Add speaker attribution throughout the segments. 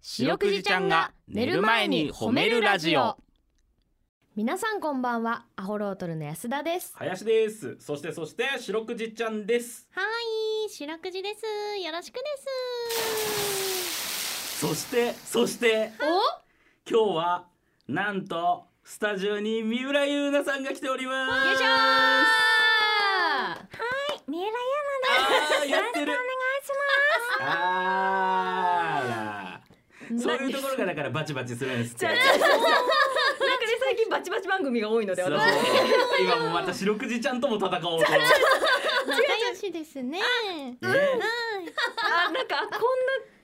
Speaker 1: 白くじちゃんが寝る前に褒めるラジオ
Speaker 2: 皆さんこんばんはアホロートルの安田です
Speaker 3: 林ですそしてそして白くじちゃんです
Speaker 4: はい白くじですよろしくです
Speaker 3: そしてそして今日はなんとスタジオに三浦優奈さんが来ております
Speaker 2: よいしょー
Speaker 4: 三浦優
Speaker 3: あーやっ
Speaker 4: 奈
Speaker 3: て
Speaker 4: です
Speaker 3: る
Speaker 4: お願いしま
Speaker 3: あーらそういうところがだからバチバチするんですって
Speaker 1: なんかね最近バチバチ番組が多いので
Speaker 3: そう
Speaker 1: 私
Speaker 3: 今もうまた白くじちゃんとも戦おうと思って
Speaker 4: す仲良しですね
Speaker 3: ね
Speaker 1: あなんかこんな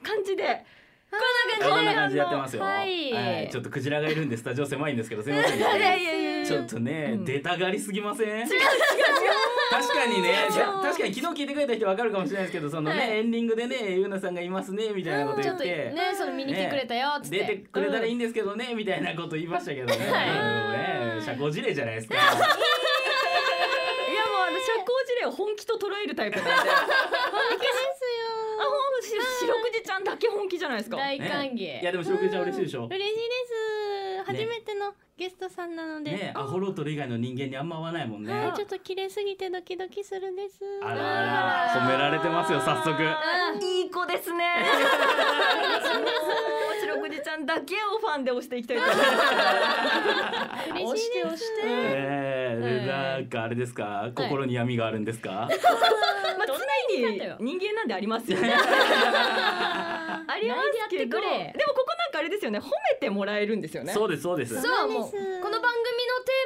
Speaker 1: 感じで
Speaker 3: こんな感じでやってますよ、
Speaker 1: あのはい
Speaker 3: ちょっとクジラがいるんでスタジオ狭いんですけどすみません
Speaker 1: いやいやいやいや
Speaker 3: ちょっとね、
Speaker 1: うん
Speaker 3: 出たがりすぎません違う違う違う確かにねじゃ確かに昨日聞いてくれた人わかるかもしれないですけどそのね、
Speaker 1: はい
Speaker 3: エンディングでねゆうなさんがいますねみたいなこと
Speaker 2: ちょ
Speaker 3: 言
Speaker 2: っ
Speaker 3: っ
Speaker 2: と
Speaker 3: て、
Speaker 2: ねそれ見に来てくれたよっつって
Speaker 3: 出てくれたらいいんですけどね、みたいなこと言いましたけどね,、ね社交辞令じゃないです か
Speaker 1: いやもうあの社交辞令を本気と捉えるタイプなんであ
Speaker 4: です
Speaker 1: ほんとし白くじちゃんだけ本気じゃないですか
Speaker 2: 大歓迎、
Speaker 3: ねいやでも白くじちゃん嬉しいでしょ
Speaker 4: よ嬉しいです初めてのゲストさんなので、
Speaker 3: ねアホロートル以外の人間にあんま合わないもんね、
Speaker 4: はいちょっと切れすぎてドキドキするんです
Speaker 3: あらあら褒められてますよ早速
Speaker 1: いい子ですね白くじちゃんだけをファンで押していきたいと思い ます
Speaker 4: 嬉しいです
Speaker 3: えーで
Speaker 2: はい
Speaker 3: なんかあれですか心に闇があるんですか、
Speaker 1: まあ、常に人間なんでありますよね。ありますけど、
Speaker 2: 泣いてやってくれ
Speaker 1: でもここなんかあれですよね、褒めてもらえるんですよね。
Speaker 3: そうですそうです
Speaker 2: そうもう
Speaker 4: そうなんです
Speaker 2: この番組のテ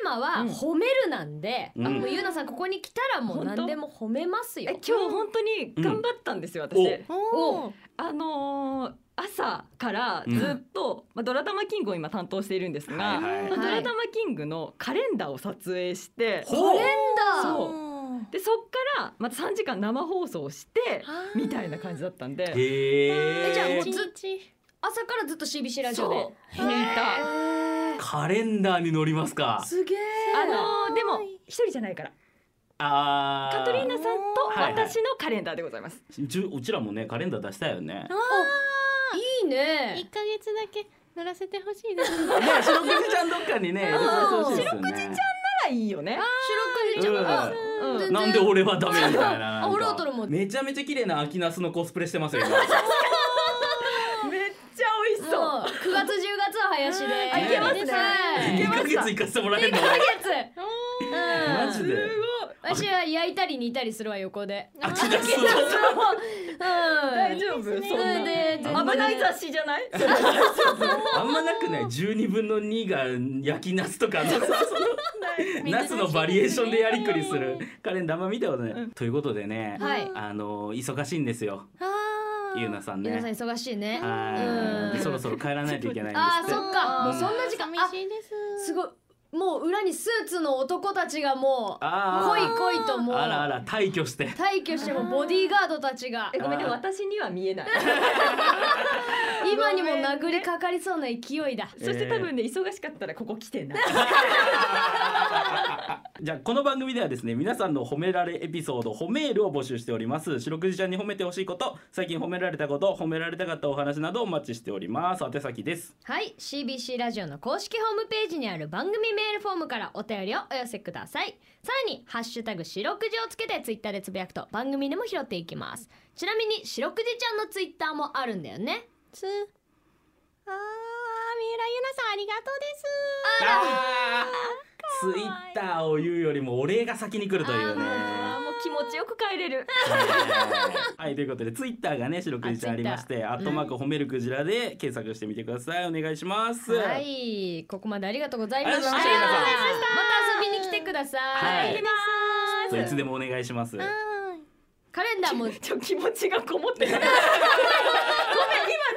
Speaker 2: ーマは
Speaker 1: うん
Speaker 2: 褒めるなんで、
Speaker 3: うん
Speaker 2: あもうゆうなさんここに来たらもう
Speaker 1: 本当
Speaker 2: 何でも褒めます
Speaker 1: え
Speaker 2: よ
Speaker 1: 今日本当に頑張ったんですよ、
Speaker 3: うん
Speaker 1: 私。
Speaker 4: おー
Speaker 1: あのー朝からずっと、まあ、ドラタマキングを今担当しているんですが、
Speaker 3: はいはい
Speaker 1: まあ
Speaker 2: はい
Speaker 1: ドラタマキングのカレンダーを撮影して、
Speaker 3: ほう
Speaker 2: なんだ
Speaker 1: そうでそっからまた3時間生放送して
Speaker 4: あー
Speaker 1: みたいな感じだったんで
Speaker 3: へ。え
Speaker 2: えじゃあもうず
Speaker 4: 一日
Speaker 2: 朝からずっと CBC ラジオで
Speaker 1: そう引いた
Speaker 3: カレンダーに乗りますか
Speaker 2: すげえ
Speaker 1: あのーでも一人じゃないから
Speaker 3: あー
Speaker 1: カトリーナさんと
Speaker 3: はいはい
Speaker 1: 私のカレンダーでございます。
Speaker 3: じゅうちらもねカレンダー出したよね
Speaker 2: いい
Speaker 4: 一
Speaker 2: ね
Speaker 4: ヶ月だけ乗らせてほしいですね
Speaker 3: ね白くじちゃんどっかにね
Speaker 2: う
Speaker 3: 出
Speaker 2: ん
Speaker 3: させてほしいですよね
Speaker 1: ならいいよね。
Speaker 2: 白くじちゃんが
Speaker 3: うん
Speaker 1: うん
Speaker 2: 全然
Speaker 3: なんで俺はダメみたいななんか
Speaker 2: あオロートルも
Speaker 3: めちゃめちゃ綺麗な秋ナスのコスプレしてますよ今
Speaker 1: めっちゃ美味しそう。
Speaker 2: もう九月十月は林で
Speaker 1: あ
Speaker 3: いけます
Speaker 1: ね
Speaker 2: はい
Speaker 1: いけ
Speaker 3: 2
Speaker 1: ま
Speaker 3: ヶ
Speaker 1: した
Speaker 3: 月行かせてもらえるの
Speaker 2: 二ヶ
Speaker 3: 俺
Speaker 2: 月
Speaker 3: マ
Speaker 2: う
Speaker 3: ジ
Speaker 2: ん
Speaker 1: す
Speaker 3: で
Speaker 1: ごい。
Speaker 2: 私は焼いたり煮たりするわ横で
Speaker 3: 秋ナス
Speaker 2: うん
Speaker 1: 大丈夫。そん
Speaker 2: それ
Speaker 1: な。
Speaker 2: で全然
Speaker 1: 危ない雑誌じゃない。
Speaker 3: あんまなくない12分の2が焼きナスとかのさそのナスのバリエーションでやりくりするカレンダーあんま見たことない、
Speaker 1: うん
Speaker 3: ということでね、
Speaker 2: はい
Speaker 3: あの忙しいんですよ
Speaker 4: あー
Speaker 3: ゆうなさん
Speaker 2: ゆうなさん
Speaker 3: ね
Speaker 2: 忙しいね
Speaker 3: は
Speaker 2: う
Speaker 3: い
Speaker 2: ん
Speaker 3: そろそろ帰らないといけない
Speaker 2: あ
Speaker 3: ん
Speaker 2: ー
Speaker 3: ですっ
Speaker 2: そっかも
Speaker 4: う
Speaker 2: うんそんな時間あ
Speaker 4: 寂しいです
Speaker 2: すごいもう裏にスーツの男たちがもう
Speaker 3: あ
Speaker 2: こい
Speaker 3: ー
Speaker 2: こいともう
Speaker 3: あらあら退去して
Speaker 2: 退去してもボディーガードたちが
Speaker 1: えごめんね私には見えない。
Speaker 2: 今にも殴りかかりそうな勢いだ
Speaker 1: そして多分ね忙しかったらここ来てない。
Speaker 3: じゃあこの番組ではですね皆さんの褒められエピソード褒めールを募集しております白くじちゃんに褒めてほしいこと最近褒められたこと褒められたかったお話などお待ちしております宛先です
Speaker 2: はい CBC ラジオの公式ホームページにある番組メールフォームからお便りをお寄せくださいさらに「ハッシュタグ白くじ」をつけてツイッターでつぶやくと番組でも拾っていきますちなみに白くじちゃんのツイッターもあるんだよね
Speaker 4: つあー三浦優奈さんありがとうです
Speaker 3: あーツイッターを言うよりもお礼が先に来るというね
Speaker 1: あーもう気持ちよく帰れる。
Speaker 3: はい、ということで、ツイッターがね、白くじちゃんありまして、アットマーク褒めるクジラで検索してみてください。お願いします。
Speaker 2: はいここまでありがとうございました
Speaker 3: あ
Speaker 2: ま
Speaker 3: り
Speaker 2: た
Speaker 3: がとうございま
Speaker 2: 遊びに来てください、
Speaker 3: はいそういつでもお願いします。
Speaker 4: はーい
Speaker 2: カレンダーも
Speaker 1: ちょ気持ちがこも ってない。ごめん今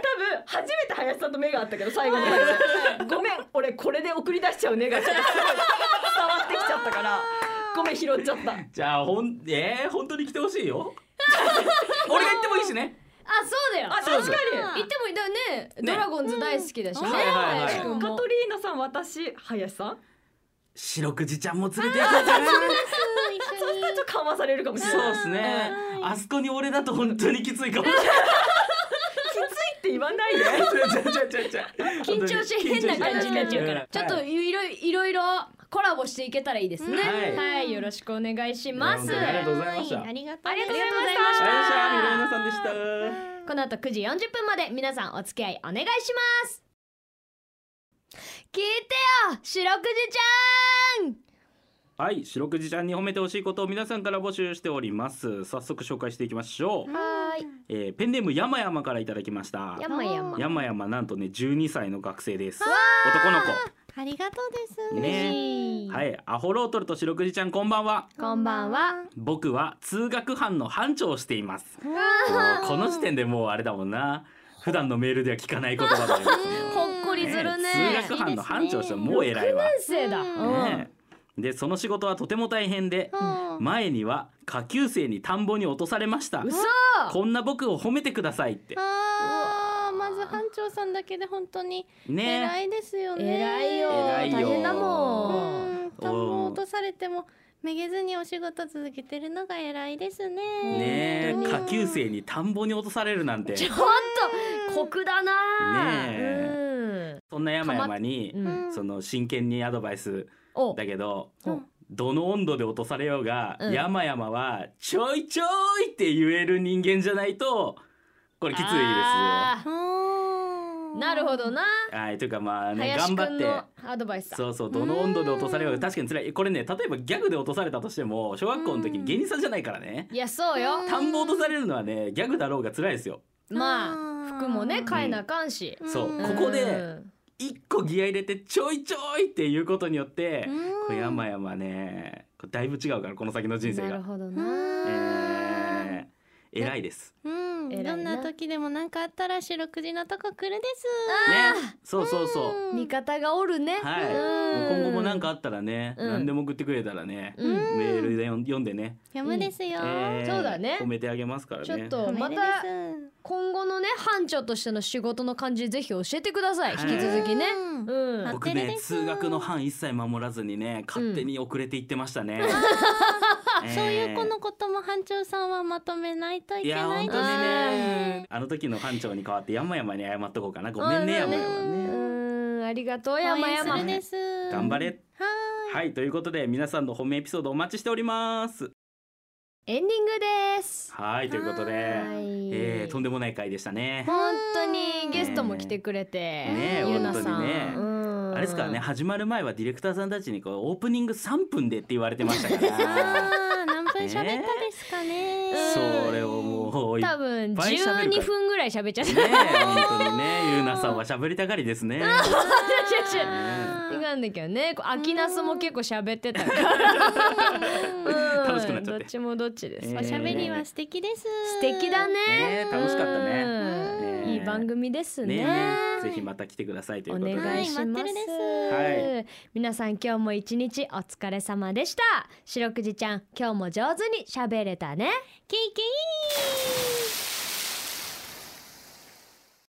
Speaker 1: 多分初めて林さんと目が合ったけど最後に。 ごめん俺これで送り出しちゃうねがちょっとすごい伝わってきちゃった から。ごめん拾っちゃった。
Speaker 3: じゃあ、ほん、えー、本当に来てほしい よ。俺が言ってもいいしね。
Speaker 2: あそうだよ
Speaker 1: あ
Speaker 3: そう
Speaker 1: 確
Speaker 3: そ
Speaker 1: か
Speaker 3: う
Speaker 1: に。
Speaker 2: 言ってもいいだねドラゴンズ大好きだしね
Speaker 4: うん
Speaker 3: はいはいはい
Speaker 2: 林くん
Speaker 1: カ
Speaker 2: も
Speaker 1: トリーナさん私林さん
Speaker 3: 白くじちゃんも連れて行こうかな。
Speaker 4: 一
Speaker 1: そ
Speaker 4: 緒
Speaker 1: し
Speaker 4: に
Speaker 1: たらちょっと緩和されるかもしれ
Speaker 3: そう
Speaker 1: ない
Speaker 3: ですね。あそこに俺だと本当にきついかもしれない。
Speaker 1: きつい って言わないで。
Speaker 2: 緊張して変な感じになっちゃうから、ちょっ
Speaker 3: は
Speaker 2: と
Speaker 3: い
Speaker 2: いろいろいろいろコラボしていけたらいいですね。
Speaker 3: はい
Speaker 2: はい、よろしくお願いします。
Speaker 3: いや本当にありがとうございました
Speaker 4: はありがとう
Speaker 2: ありがとうご
Speaker 4: ござ
Speaker 2: ざい
Speaker 4: い
Speaker 2: ま
Speaker 4: ま
Speaker 2: し
Speaker 4: したた。
Speaker 3: ありがとうございました。ミロイナさんでした。
Speaker 2: この後9時40分まで皆さんお付き合いお願いします聞いてよ白くじちゃん
Speaker 3: はい、白くじちゃんに褒めてほしいことを皆さんから募集しております。早速紹介していきましょう。
Speaker 2: はい
Speaker 3: えーペンネームやまやまからいただきました。
Speaker 2: やまやま
Speaker 3: やまやまなんとね、12歳の学生です。男の
Speaker 4: ありがとうです。
Speaker 3: 子。ね。
Speaker 2: 嬉しい
Speaker 3: はい、アホロートルと白くじちゃん、こんばんは。
Speaker 2: こんばんは
Speaker 3: 僕は通学班の班長をしています。
Speaker 4: う
Speaker 3: も
Speaker 4: わ
Speaker 3: うこの時点でもうあれだもんな。普段のメールでは聞かない言葉だよ。
Speaker 2: ほっこりする
Speaker 3: ね
Speaker 2: ね
Speaker 3: 通学班の班長してもう偉いわ。
Speaker 2: 先生だ、うん
Speaker 3: ねで、その仕事はとても大変で、
Speaker 4: ー。うん
Speaker 3: 前には下級生に田んぼに落とされました
Speaker 2: 嘘
Speaker 3: こんな僕を褒めてくださいって
Speaker 4: あーまず班長さんだけで本当に
Speaker 3: ね
Speaker 4: 偉いですよね。
Speaker 2: 偉いよ
Speaker 3: 偉いよ
Speaker 2: 大変だ
Speaker 4: う
Speaker 2: もん
Speaker 4: ん。田んぼ落とされてもめげずにお仕事続けてるのが偉いですね。
Speaker 3: ねえ
Speaker 4: うん
Speaker 3: 下級生に田んぼに落とされるなんて
Speaker 2: ちょっと酷だな
Speaker 3: ねそんな山々に
Speaker 2: うん、うん、
Speaker 4: うん
Speaker 3: その真剣にアドバイス
Speaker 2: お
Speaker 3: だけど
Speaker 2: お
Speaker 3: どの温度で落とされようが
Speaker 2: うん
Speaker 3: 山々はちょいちょいって言える人間じゃないとこれきついですよ。
Speaker 2: あーな
Speaker 4: な
Speaker 2: るほどな
Speaker 3: はいというかまあね
Speaker 2: 林
Speaker 3: 頑
Speaker 2: くん
Speaker 3: 張って
Speaker 2: のアドバイスだ
Speaker 3: そうそうどの温度で落とされるか確かに辛いこれね例えばギャグで落とされたとしても小学校の時に芸人さんじゃないからね
Speaker 2: いやそうよ
Speaker 4: うん
Speaker 3: 田んぼ落とされるのはねギャグだろうが辛いですよ
Speaker 2: まあ
Speaker 4: あー
Speaker 2: 服もね買えなあかんし、
Speaker 3: そう
Speaker 4: うん
Speaker 3: ここで
Speaker 2: うん
Speaker 3: 一個ギア入れてちょいちょいっていうことによってこれやま
Speaker 4: や。
Speaker 3: やまねこれだいぶ違うからこの先の人生
Speaker 2: なる
Speaker 3: が
Speaker 2: ほど
Speaker 4: う
Speaker 2: な、
Speaker 4: ん
Speaker 3: えー偉いです
Speaker 4: うん、
Speaker 2: 偉いな
Speaker 4: どんな時でも何かあったら四六時のとこ来るです。
Speaker 3: ねそうそうそう
Speaker 4: うん
Speaker 2: 味方がおるね、
Speaker 3: はい
Speaker 2: うん
Speaker 3: 今後も何かあったらね
Speaker 2: うん
Speaker 3: 何でも送ってくれたらねメ
Speaker 2: うん
Speaker 3: ールで読ん読んでね
Speaker 4: 読むですよ。
Speaker 3: えー
Speaker 2: そうだね
Speaker 3: 褒めてあげますからね
Speaker 2: ちょっと
Speaker 4: 褒め
Speaker 2: ま
Speaker 4: る
Speaker 2: た
Speaker 4: です
Speaker 2: 今後のね班長としての仕事の感じぜひ教えてください、
Speaker 3: はい
Speaker 2: 引き続きね
Speaker 4: うん
Speaker 2: うん、
Speaker 4: あ
Speaker 3: 僕
Speaker 4: テレ
Speaker 3: ね
Speaker 4: です
Speaker 3: 通学の範一切守らずにね勝手に遅れていってました ね、えー
Speaker 4: そういう子のことも班長さんはまとめないとい
Speaker 3: い
Speaker 4: け
Speaker 3: や
Speaker 4: ない
Speaker 3: 本
Speaker 4: で
Speaker 3: 当
Speaker 4: す
Speaker 3: に
Speaker 4: ね。
Speaker 3: ねあの時の班長に代わって山々に謝っとこうかなごめんね
Speaker 2: うん
Speaker 3: 山々
Speaker 2: う
Speaker 3: ね
Speaker 2: んありがとう
Speaker 4: 応
Speaker 2: 山
Speaker 4: 援す
Speaker 2: 山
Speaker 4: るです。
Speaker 3: 頑張れ
Speaker 4: は
Speaker 3: はいということで皆さんの褒めエピソードお待ちしております
Speaker 2: エンディングです
Speaker 3: はいということで、
Speaker 2: はい
Speaker 3: えーとんでもない回でしたね
Speaker 2: 本当にゲストも来てくれて、
Speaker 3: ねえ
Speaker 2: ゆなさん、
Speaker 3: 本当にね
Speaker 2: うん
Speaker 3: あれですからね始まる前はディレクターさんたちにこうオープニング3分でって言われてましたか
Speaker 4: ーい。
Speaker 3: ら
Speaker 4: あー何分喋ったですかね。
Speaker 2: ー
Speaker 3: それをもういっ
Speaker 2: 多分
Speaker 3: ぱい喋るから
Speaker 2: 12分ぐらい喋っちゃっ
Speaker 3: ね
Speaker 2: た
Speaker 3: 本当にねゆうなさんは喋りたがりですね。
Speaker 4: あー
Speaker 2: 違うんだけどね、こう秋ナスも結構喋ってたから、うん
Speaker 3: 楽しくなっちゃって
Speaker 2: どっちもどっちです。
Speaker 3: えー
Speaker 4: おしゃべりは素敵です。
Speaker 2: 素敵だ。ね
Speaker 3: ね。楽しかったね
Speaker 2: うん
Speaker 3: ね
Speaker 2: いい番組ですね。
Speaker 3: ねぜひまた来てくださいという
Speaker 2: お
Speaker 3: ことで。
Speaker 2: 願いし
Speaker 4: はい
Speaker 2: ま
Speaker 4: 待ってるで
Speaker 2: す
Speaker 4: す。
Speaker 3: は
Speaker 2: 皆さん今日も一日お疲れ様でした。白くじちゃん、今日も上手に喋れたね。
Speaker 4: ケイケイ。